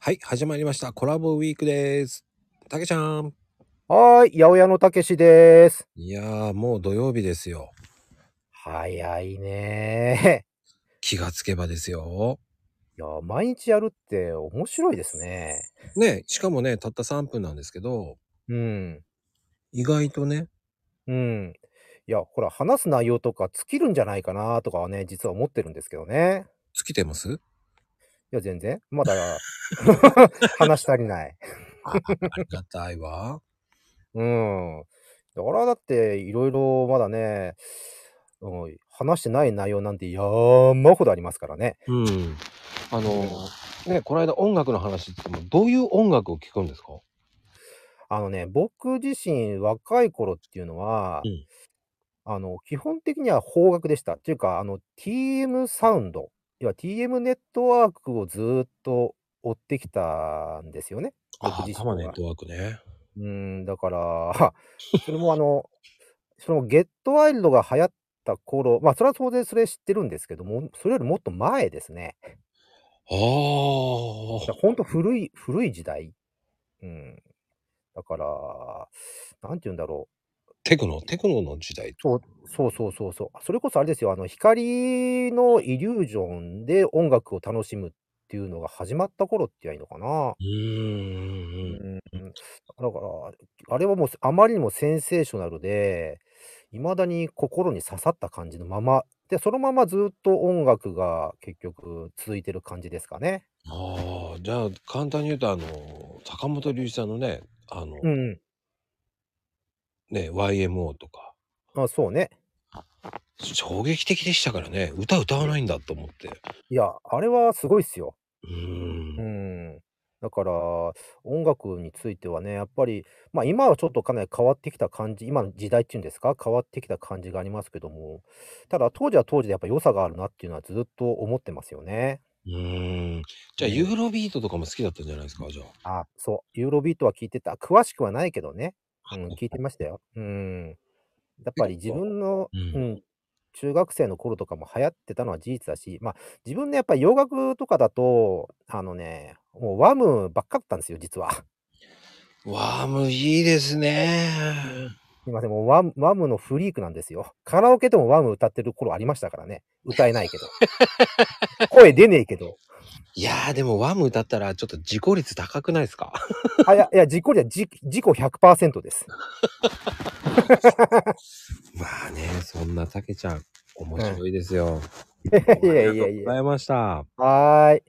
はい、始まりました。コラボウィークです。たけちゃん。はーい、八百屋のたけしです。いやー、もう土曜日ですよ。早いね 気がつけばですよ。ー。いやー、毎日やるって面白いですね。ね、しかもね、たった3分なんですけど、うん。意外とね、うん。いや、ほら、話す内容とか尽きるんじゃないかなとかはね、実は思ってるんですけどね。尽きてますいや、全然。まだ、 話足りない。あありがたいわ。うん。だから、だって、いろいろまだね、うん、話してない内容なんて山ほどありますからね。うん。あの、ね、この間音楽の話って言っても、どういう音楽を聴くんですかあのね、僕自身、若い頃っていうのは、うんあの、基本的には邦楽でした。っていうか、あの、TM サウンド、要は TM ネットワークをずーっと追ってきたんですよね。あ僕ー、自身頭はネットワークね。うん、だから、 それもあの、そのゲットワイルドが流行った頃、まあ、それは当然それ知ってるんですけども、それよりもっと前ですね。ああ。ほんと古い、古い時代。うん。だから、なんて言うんだろう。テクノ、テクノの時代。そうそうそうそうそう。それこそあれですよ、あの光のイリュージョンで音楽を楽しむっていうのが始まった頃って言えばいいのかな。うー。うんん、だから、あれはもうあまりにもセンセーショナルで、いまだに心に刺さった感じのまま、で、そのままずっと音楽が結局続いてる感じですかね。ああ、じゃあ、簡単に言うと、あの、坂本龍一さんのね、あの、うん、ね、YMO とか、あそうね。衝撃的でしたからね、歌歌わないんだと思って。いや、あれはすごいっすよ。ううーん。ん。だから音楽についてはね、やっぱり、まあ今はちょっとかなり変わってきた感じ、今の時代っていうんですか、変わってきた感じがありますけども、ただ当時は当時でやっぱ良さがあるなっていうのはずっと思ってますよね。うーん。じゃあ、ユーロビートとかも好きだったんじゃないですか、じゃあ。あ、そう、ユーロビートは聞いてた。詳しくはないけどね、うん、聞いてましたよ。うん。やっぱり自分の、うんうん、中学生の頃とかも流行ってたのは事実だし、まあ自分ね、やっぱり洋楽とかだと、あのね、もうワムばっかだったんですよ、実は。わあ、もういいですね。すいません、もうワムワムのフリークなんですよ。カラオケでもワム歌ってる頃ありましたからね。歌えないけど。声出ねえけど。いやー、でもワム歌ったら、ちょっと自己率高くないですかあ、いや、いや、事故じゃ、事事故100%です。 まあね、そ んなたけちゃん、面白いですよ。いやいやいやありがとうございました。はーい。